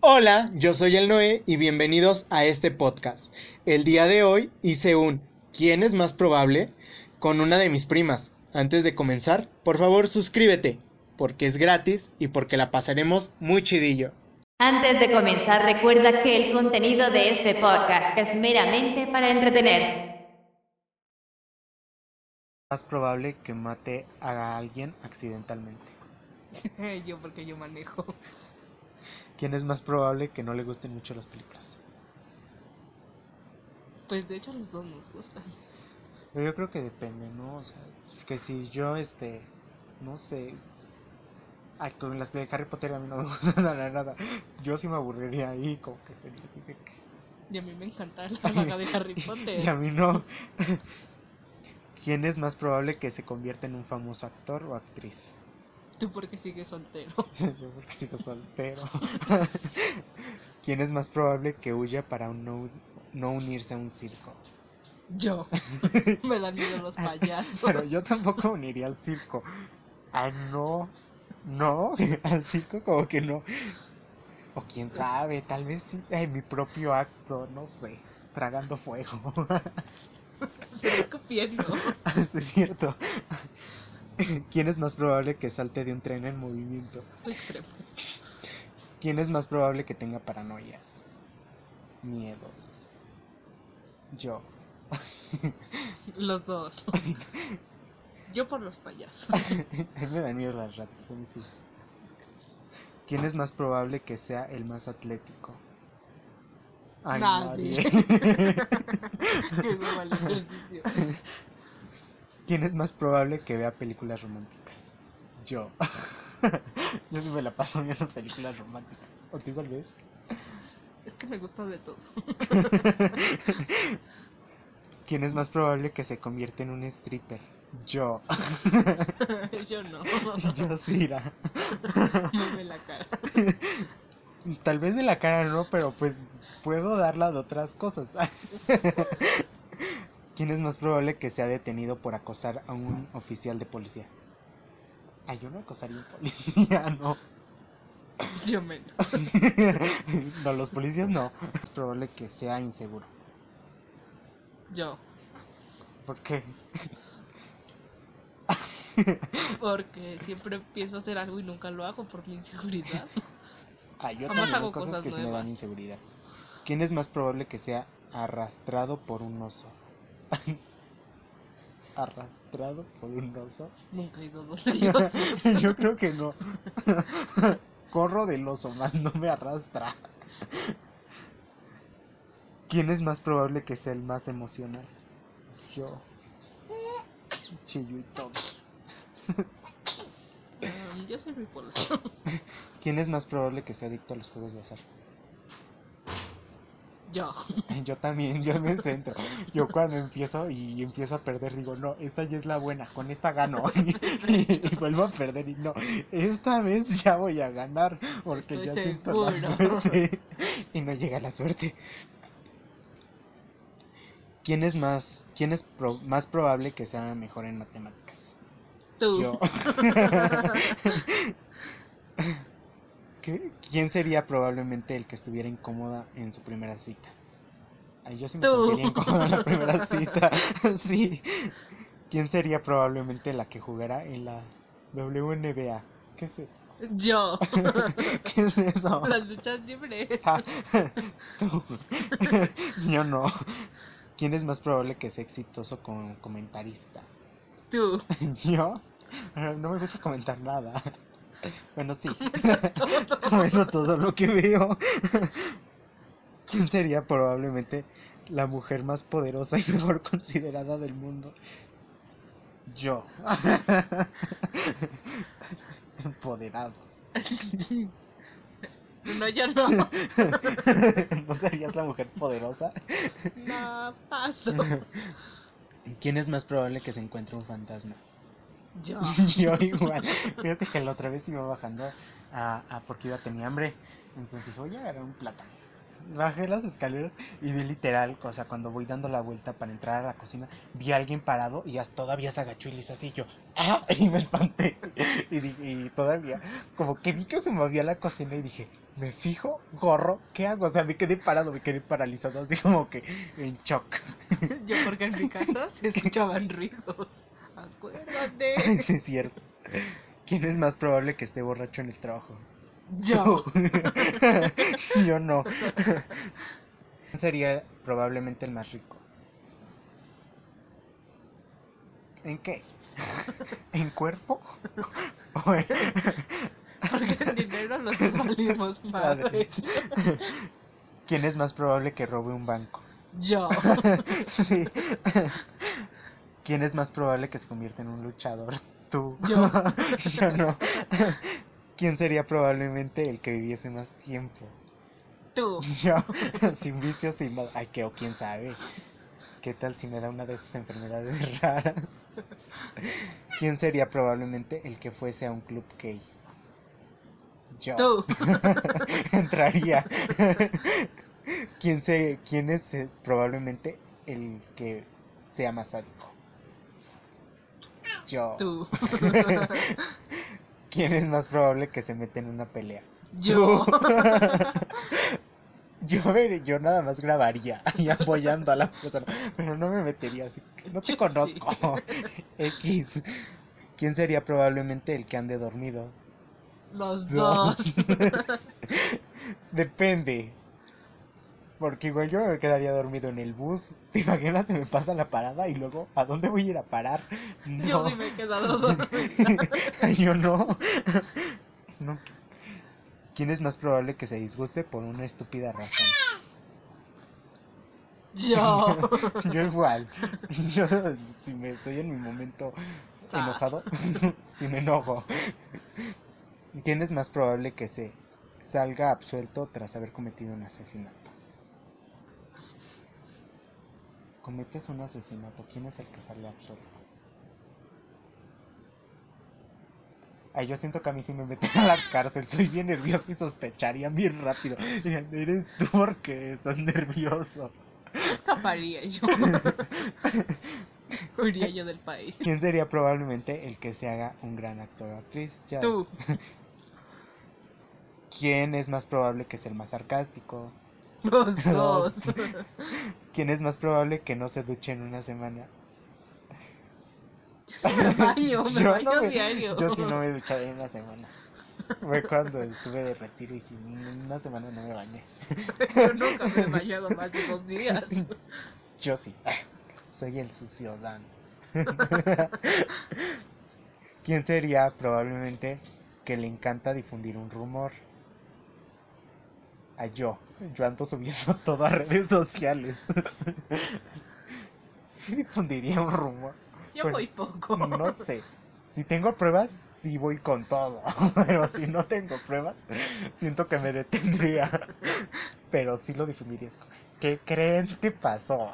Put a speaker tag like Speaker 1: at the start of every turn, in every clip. Speaker 1: Hola, yo soy el Noé y bienvenidos a este podcast. El día de hoy hice un ¿Quién es más probable? con una de mis primas. Antes de comenzar, por favor suscríbete, porque es gratis y porque la pasaremos muy chidillo.
Speaker 2: Antes de comenzar, recuerda que el contenido de este podcast es meramente para entretener.
Speaker 1: Más probable que mate a alguien accidentalmente.
Speaker 3: yo porque yo manejo.
Speaker 1: ¿Quién es más probable que no le gusten mucho las películas?
Speaker 3: Pues de hecho los dos nos gustan.
Speaker 1: Pero yo creo que depende, ¿no? O sea, que si yo, este, no sé, ay, con las de Harry Potter a mí no me gustan nada, nada. Yo sí me aburriría ahí, como que feliz, así de que-
Speaker 3: Y a mí me encanta la saga de Harry
Speaker 1: Y a
Speaker 3: Potter.
Speaker 1: mí no. ¿Quién es más probable que se convierta en un famoso actor o actriz?
Speaker 3: Tú porque sigues soltero.
Speaker 1: Yo porque sigo soltero. ¿Quién es más probable que huya para no, no unirse a un circo?
Speaker 3: Yo. me dan miedo los payasos.
Speaker 1: Pero yo tampoco me uniría al circo. Ah, no. No, al circo como que no. O quién sabe, tal vez sí. Ay, mi propio acto, no sé. Tragando fuego. Ah,
Speaker 3: Se me escupiendo.
Speaker 1: Sí, es cierto. ¿Quién es más probable que salte de un tren en movimiento?
Speaker 3: Soy extremo.
Speaker 1: ¿Quién es más probable que tenga paranoias? Miedos. Yo.
Speaker 3: Los dos. Yo por los payasos.
Speaker 1: A mí me dan miedo las ratas, a mí sí. ¿Quién es más probable que sea el más atlético? Ay,
Speaker 3: Nadie. Que me va el ejercicio.
Speaker 1: ¿Quién es más probable que vea películas románticas? Yo. Yo sí me la paso viendo películas románticas. ¿O tú igual ves?
Speaker 3: Es que me gusta de todo.
Speaker 1: ¿Quién es más probable que se convierta en un stripper? Yo.
Speaker 3: Yo no.
Speaker 1: Yo Cira.
Speaker 3: Mueve la cara.
Speaker 1: Tal vez de la cara no, pero pues puedo darla de otras cosas. ¿Quién es más probable que sea detenido por acosar a un oficial de policía? Ay, yo no acosaría a un policía, no.
Speaker 3: Yo menos.
Speaker 1: No, los policías no. Es probable que sea inseguro.
Speaker 3: Yo.
Speaker 1: ¿Por qué?
Speaker 3: Porque siempre pienso hacer algo y nunca lo hago por mi inseguridad.
Speaker 1: Ay, Ah, yo
Speaker 3: Jamás
Speaker 1: también hago
Speaker 3: hago
Speaker 1: cosas,
Speaker 3: cosas
Speaker 1: que sí me dan
Speaker 3: nuevas.
Speaker 1: inseguridad. ¿Quién es más probable que sea arrastrado por un oso? ¿Arrastrado por un oso?
Speaker 3: Nunca he ido donde ellos.
Speaker 1: Yo creo que no. Corro del oso, más no me arrastra. ¿Quién es más probable que sea el más emocional? Pues Yo. Chillo y todo.
Speaker 3: Um, yo soy bipolar.
Speaker 1: ¿Quién es más probable que sea adicto a los juegos de azar?
Speaker 3: Yo.
Speaker 1: Yo también, yo me centro. Yo cuando empiezo y empiezo a perder, digo, no, esta ya es la buena, con esta gano. Y, y vuelvo a perder y no, esta vez ya voy a ganar, porque
Speaker 3: Estoy
Speaker 1: ya siento la
Speaker 3: seguro.
Speaker 1: suerte. Y no llega la suerte. ¿Quién es más, quién es pro- más probable que sea mejor en matemáticas?
Speaker 3: Tú.
Speaker 1: Yo. ¿Qué? ¿Quién sería probablemente el que estuviera incómoda en su primera cita? Ay, yo sí me
Speaker 3: Tú.
Speaker 1: sentiría incómoda en la primera cita. Sí. ¿Quién sería probablemente la que jugara en la WNBA? ¿Qué es eso?
Speaker 3: Yo.
Speaker 1: ¿Qué es eso?
Speaker 3: Las luchas libres.
Speaker 1: Ah, tú. Yo no. ¿Quién es más probable que sea exitoso como comentarista?
Speaker 3: Tú.
Speaker 1: Yo eh, no me gusta comentar nada. Bueno, sí. Comento todo lo que veo. ¿Quién sería probablemente la mujer más poderosa y mejor considerada del mundo? Yo. Empoderado.
Speaker 3: No, yo no.
Speaker 1: ¿No serías la mujer poderosa?
Speaker 3: No, paso.
Speaker 1: ¿Quién es más probable que se encuentre un fantasma?
Speaker 3: Yo.
Speaker 1: Yo igual. Fíjate que la otra vez iba bajando a, a- porque iba tenía hambre. Entonces dije, voy a agarrar un plátano. bajé las escaleras y vi literal, o sea, cuando voy dando la vuelta para entrar a la cocina, vi a alguien parado y hasta todavía se agachó y le hizo así, yo, ¡ah! Y me espanté. Y, di- y todavía, como que vi que se movía la cocina y dije, me fijo, gorro, ¿qué hago? O sea, me quedé parado, me quedé paralizado, así como que en shock.
Speaker 3: Yo porque en mi casa se escuchaban ruidos. Acuérdate.
Speaker 1: Sí, es cierto. ¿Quién es más probable que esté borracho en el trabajo?
Speaker 3: Yo.
Speaker 1: Yo no. Sería probablemente el más rico. ¿En qué? ¿En cuerpo? ¿O en-
Speaker 3: Porque en dinero los dos valimos madre.
Speaker 1: ¿Quién es más probable que robe un banco?
Speaker 3: Yo.
Speaker 1: Sí. ¿Quién es más probable que se convierta en un luchador? Tú.
Speaker 3: Yo.
Speaker 1: Yo no. ¿Quién sería probablemente el que viviese más tiempo?
Speaker 3: Tú.
Speaker 1: Yo, sin vicio, sin nada. Ay, que o quién sabe. ¿Qué tal si me da una de esas enfermedades raras? ¿Quién sería probablemente el que fuese a un club gay? Yo.
Speaker 3: Tú.
Speaker 1: Entraría. ¿Quién, se, ¿Quién es eh, probablemente el que sea más sádico? Yo.
Speaker 3: Tú.
Speaker 1: ¿Quién es más probable que se meta en una pelea?
Speaker 3: Yo.
Speaker 1: Yo, ver- yo nada más grabaría y apoyando a la persona, pero no me metería así. que No te
Speaker 3: Sí.
Speaker 1: conozco. X. ¿Quién sería probablemente el que ande dormido?
Speaker 3: Los dos.
Speaker 1: Depende. Porque igual yo me quedaría dormido en el bus. ¿Te imaginas? Se me pasa la parada y luego, ¿a dónde voy a ir a parar?
Speaker 3: Yo
Speaker 1: No.
Speaker 3: sí me he quedado dormida.
Speaker 1: Yo no. No. ¿Quién es más probable que se disguste por una estúpida razón?
Speaker 3: Yo.
Speaker 1: Yo igual. Yo, si me estoy en mi momento
Speaker 3: Sad.
Speaker 1: enojado, si me enojo. ¿Quién es más probable que se salga absuelto tras haber cometido un asesinato? Cometes un asesinato, ¿quién es el que sale absuelto? Ay, yo siento que a mí sí me meten a la cárcel, soy bien nervioso y sospecharía bien rápido. Dirían, Eres tú porque estás nervioso.
Speaker 3: Escaparía yo. Huiría yo del país.
Speaker 1: ¿Quién sería probablemente el que se haga un gran actor o actriz? Ya.
Speaker 3: Tú.
Speaker 1: ¿Quién es más probable que sea el más sarcástico?
Speaker 3: Los dos.
Speaker 1: Dos. ¿Quién es más probable que no se duche en una semana?
Speaker 3: Sí me baño, me
Speaker 1: no
Speaker 3: baño
Speaker 1: me-
Speaker 3: diario.
Speaker 1: Yo sí no me he duchado en una semana. Fue cuando estuve de retiro y sin una semana no me bañé.
Speaker 3: Yo nunca me he bañado más de dos días.
Speaker 1: Yo sí. Soy el sucio Dan. ¿Quién sería probablemente que le encanta difundir un rumor? A yo. Yo ando subiendo todo a redes sociales. Sí difundiría un rumor.
Speaker 3: Yo voy poco.
Speaker 1: No sé. Si tengo pruebas, sí voy con todo. Pero si no tengo pruebas, siento que me detendría. Pero sí lo difundiría. Es como, ¿Qué creen que pasó?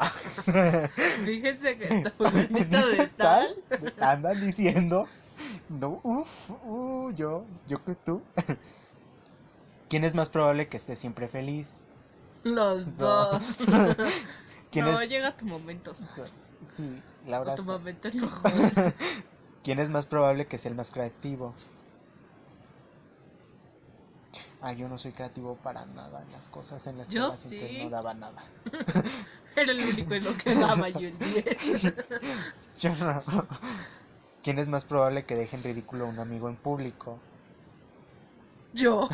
Speaker 3: Fíjense que esta fulanita de
Speaker 1: Tal,
Speaker 3: tal.
Speaker 1: Andan diciendo. No, uff, uh, yo, yo que tú. ¿Quién es más probable que esté siempre feliz?
Speaker 3: Los
Speaker 1: No.
Speaker 3: dos.
Speaker 1: ¿Quién
Speaker 3: no,
Speaker 1: es?
Speaker 3: llega tu momento. sad,
Speaker 1: Sí,
Speaker 3: o
Speaker 1: Laura.
Speaker 3: Tu
Speaker 1: sí.
Speaker 3: momento enojo.
Speaker 1: ¿Quién es más probable que sea el más creativo? Ah, yo no soy creativo para nada. Las cosas en la
Speaker 3: Yo
Speaker 1: escuela siempre
Speaker 3: sí.
Speaker 1: no daba nada.
Speaker 3: Era el único en lo que daba yo el 10.
Speaker 1: Yo no. ¿Quién es más probable que deje en ridículo a un amigo en público?
Speaker 3: Yo.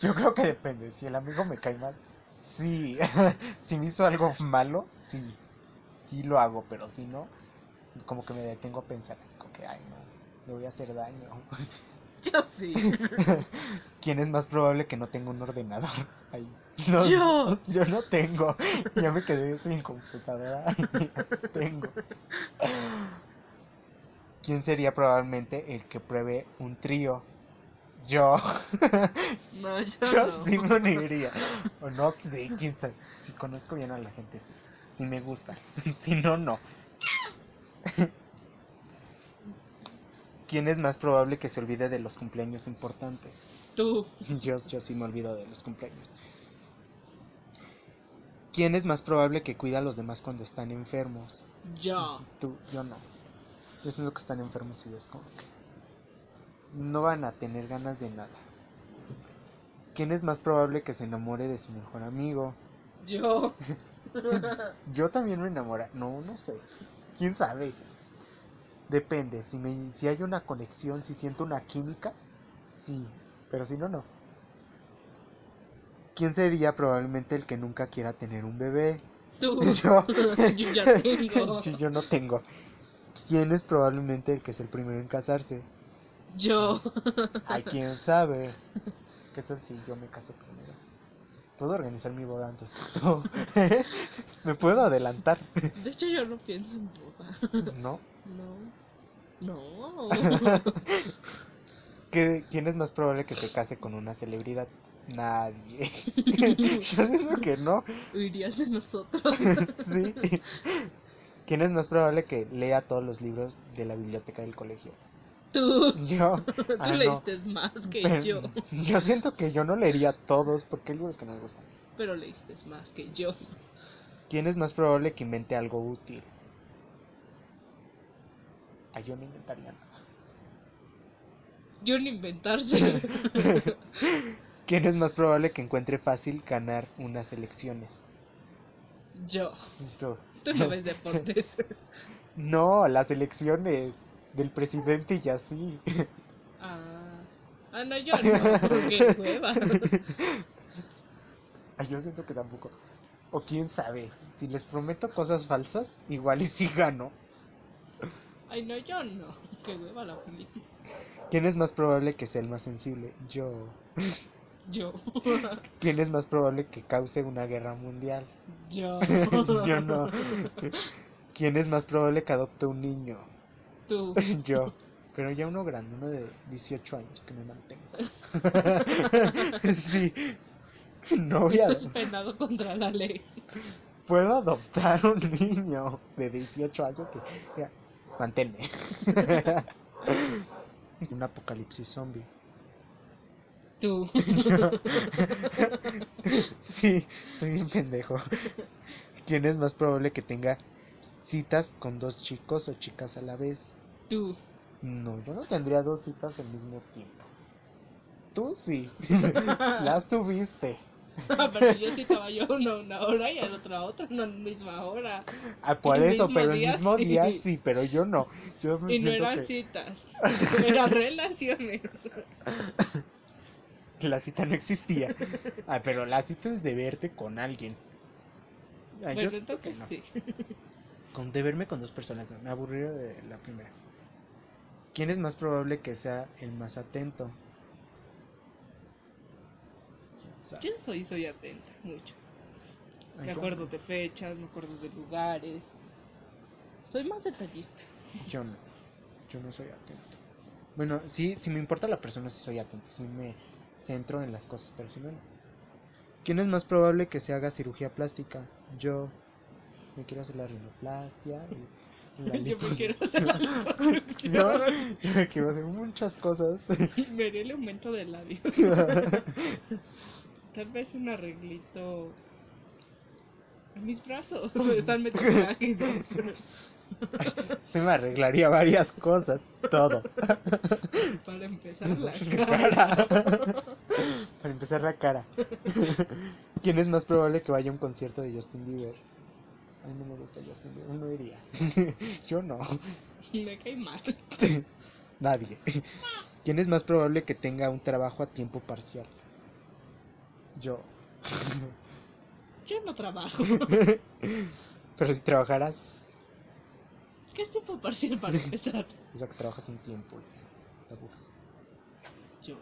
Speaker 1: Yo creo que depende. Si el amigo me cae mal, sí. si me hizo algo malo, sí. Sí lo hago, pero si no, como que me detengo a pensar. Así como que, ay, no, le voy a hacer daño.
Speaker 3: Yo sí.
Speaker 1: ¿Quién es más probable que no tenga un ordenador? Ay, no,
Speaker 3: Yo.
Speaker 1: yo no tengo. Ya me quedé sin computadora. Ay, no tengo. ¿Quién sería probablemente el que pruebe un trío? Yo.
Speaker 3: No, yo,
Speaker 1: Yo
Speaker 3: no.
Speaker 1: sí me uniría. O no sé, quién sabe. Si conozco bien a la gente, sí. Si me gusta. Si no, no. ¿Quién es más probable que se olvide de los cumpleaños importantes?
Speaker 3: Tú.
Speaker 1: Yo, yo sí me olvido de los cumpleaños. ¿Quién es más probable que cuida a los demás cuando están enfermos?
Speaker 3: Yo.
Speaker 1: Tú, yo no. Yo siento que están enfermos y es como que no van a tener ganas de nada. ¿Quién es más probable que se enamore de su mejor amigo?
Speaker 3: Yo.
Speaker 1: Yo también me enamora. No, no sé. ¿Quién sabe? Depende. Si, me, si hay una conexión, si siento una química, sí. Pero si no, no. ¿Quién sería probablemente el que nunca quiera tener un bebé?
Speaker 3: Tú.
Speaker 1: Yo.
Speaker 3: Yo ya tengo.
Speaker 1: Yo, yo no tengo. ¿Quién es probablemente el que es el primero en casarse?
Speaker 3: Yo.
Speaker 1: Ay, quién sabe. ¿Qué tal si yo me caso primero? Puedo organizar mi boda antes que tú. me puedo adelantar.
Speaker 3: De hecho, yo no pienso en boda.
Speaker 1: ¿No?
Speaker 3: No. No.
Speaker 1: ¿Qué- ¿Quién es más probable que se case con una celebridad? Nadie. yo siento que no.
Speaker 3: Huirías de nosotros.
Speaker 1: sí. ¿Quién es más probable que lea todos los libros de la biblioteca del colegio?
Speaker 3: Tú.
Speaker 1: Yo.
Speaker 3: Tú
Speaker 1: Ah, no.
Speaker 3: leíste más que
Speaker 1: Pero-
Speaker 3: yo.
Speaker 1: yo siento que yo no leería todos porque hay libros que no me gustan.
Speaker 3: Pero leíste más que yo.
Speaker 1: ¿Quién es más probable que invente algo útil? Ay, yo no inventaría nada.
Speaker 3: Yo ni inventarse.
Speaker 1: ¿Quién es más probable que encuentre fácil ganar unas elecciones?
Speaker 3: Yo.
Speaker 1: Tú.
Speaker 3: Tú no ves deportes.
Speaker 1: No, las elecciones del presidente y así.
Speaker 3: Ah. Ah, no, yo no. Porque hueva.
Speaker 1: Ay, yo siento que tampoco. O quién sabe, si les prometo cosas falsas, igual y sí gano.
Speaker 3: Ay, no, yo no. Qué hueva la política.
Speaker 1: ¿Quién es más probable que sea el más sensible? Yo.
Speaker 3: Yo.
Speaker 1: ¿Quién es más probable que cause una guerra mundial?
Speaker 3: Yo.
Speaker 1: Yo no. ¿Quién es más probable que adopte un niño?
Speaker 3: Tú.
Speaker 1: Yo. Pero ya uno grande, uno de 18 años que me mantengo. sí. No voy a-
Speaker 3: Eso es penado contra la ley.
Speaker 1: Puedo adoptar un niño de 18 años que. ya, manténme. un apocalipsis zombie.
Speaker 3: Tú.
Speaker 1: Sí, estoy bien pendejo. ¿Quién es más probable que tenga citas con dos chicos o chicas a la vez?
Speaker 3: Tú.
Speaker 1: No, yo no tendría dos citas al mismo tiempo. Tú sí. Las tuviste.
Speaker 3: Pero Ah, yo sí estaba yo uno a una hora y el otro a otra, no a la misma hora.
Speaker 1: Ah, por
Speaker 3: El
Speaker 1: eso,
Speaker 3: mismo
Speaker 1: pero el
Speaker 3: día,
Speaker 1: mismo
Speaker 3: sí.
Speaker 1: día sí, pero yo no. Yo me
Speaker 3: Y no
Speaker 1: siento
Speaker 3: eran
Speaker 1: que
Speaker 3: citas, eran relaciones.
Speaker 1: la cita no existía. Ah, pero la cita es de verte con alguien. Ah, yo
Speaker 3: Pero
Speaker 1: siento que
Speaker 3: entonces
Speaker 1: no.
Speaker 3: sí.
Speaker 1: Con de verme con dos personas, no. Me aburrió de la primera. ¿Quién es más probable que sea el más atento? ¿Quién sabe?
Speaker 3: Yo soy, soy atenta, mucho.
Speaker 1: Ay,
Speaker 3: Me
Speaker 1: yo-
Speaker 3: acuerdo de fechas, me acuerdo de lugares. Soy más detallista.
Speaker 1: Yo no. Yo no soy atento. Bueno, sí, si me importa la persona, sí soy atento. Sí me centro en las cosas, pero si no, no. ¿Quién es más probable que se haga cirugía plástica? Yo. Me quiero hacer la rinoplastia. y la
Speaker 3: Yo
Speaker 1: lipos-
Speaker 3: me quiero hacer la
Speaker 1: Yo,
Speaker 3: construcción.
Speaker 1: yo me quiero hacer muchas cosas.
Speaker 3: Me haría el aumento de labios. Tal vez un arreglito. En mis brazos están metidos ágiles.
Speaker 1: Se me arreglaría varias cosas. Todo.
Speaker 3: Para empezar, la
Speaker 1: Cara.
Speaker 3: cara.
Speaker 1: Para empezar la cara. ¿Quién es más probable que vaya a un concierto de Justin Bieber? A mí no me gusta Justin Bieber, no iría. Yo no.
Speaker 3: Me cae mal.
Speaker 1: Nadie. ¿Quién es más probable que tenga un trabajo a tiempo parcial? Yo.
Speaker 3: Yo no trabajo.
Speaker 1: Pero si trabajaras,
Speaker 3: ¿Qué es tiempo parcial para empezar?
Speaker 1: o sea que trabajas un tiempo y te aburres.
Speaker 3: Yo.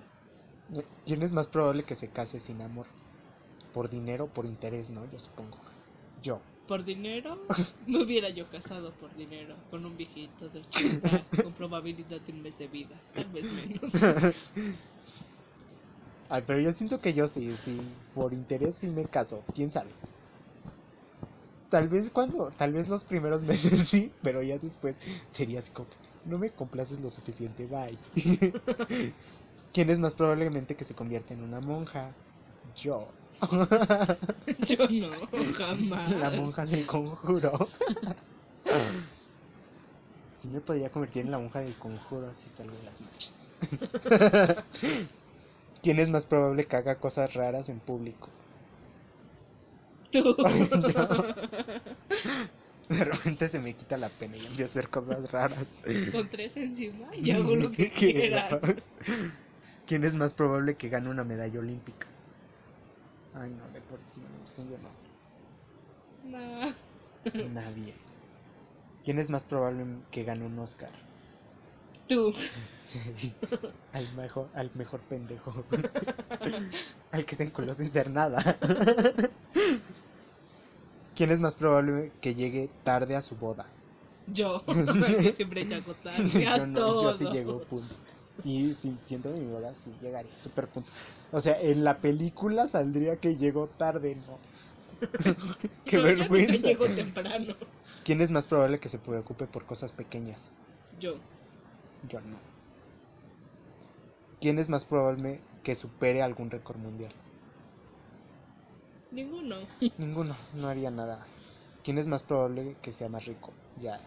Speaker 1: ¿Quién es más probable que se case sin amor? Por dinero, por interés, ¿no? Yo supongo. Yo.
Speaker 3: Por dinero, me hubiera yo casado por dinero, con un viejito de 80, con probabilidad de un mes de vida, tal vez menos.
Speaker 1: Ay, pero yo siento que yo sí, sí, por interés sí me caso, quién sabe. Tal vez cuando, tal vez los primeros meses sí, pero ya después sería así como, que, no me complaces lo suficiente, bye. ¿Quién es más probablemente que se convierta en una monja? Yo.
Speaker 3: Yo no, jamás.
Speaker 1: La monja del conjuro. Sí me podría convertir en la monja del conjuro si salgo de las noches. ¿Quién es más probable que haga cosas raras en público?
Speaker 3: Tú.
Speaker 1: De repente se me quita la pena y empiezo a hacer cosas raras.
Speaker 3: Con tres encima y hago lo que quiera.
Speaker 1: ¿Quién es más probable que gane una medalla olímpica? Ay, no, deportes sí, yo no.
Speaker 3: No.
Speaker 1: Nadie. ¿Quién es más probable que gane un Oscar?
Speaker 3: Tú.
Speaker 1: al mejor, al mejor pendejo. al que se encoló sin ser nada. ¿Quién es más probable que llegue tarde a su boda?
Speaker 3: Yo. Siempre llego tarde a
Speaker 1: yo no, yo
Speaker 3: todo.
Speaker 1: sí llego punto. Sí, sí, siento mi boda, sí llegaría, super punto. O sea, en la película saldría que llegó tarde, ¿no? Qué
Speaker 3: No, yo nunca
Speaker 1: vergüenza.
Speaker 3: llego temprano.
Speaker 1: ¿Quién es más probable que se preocupe por cosas pequeñas?
Speaker 3: Yo.
Speaker 1: Yo no. ¿Quién es más probable que supere algún récord mundial?
Speaker 3: Ninguno.
Speaker 1: Ninguno, no haría nada. ¿Quién es más probable que sea más rico? Ya,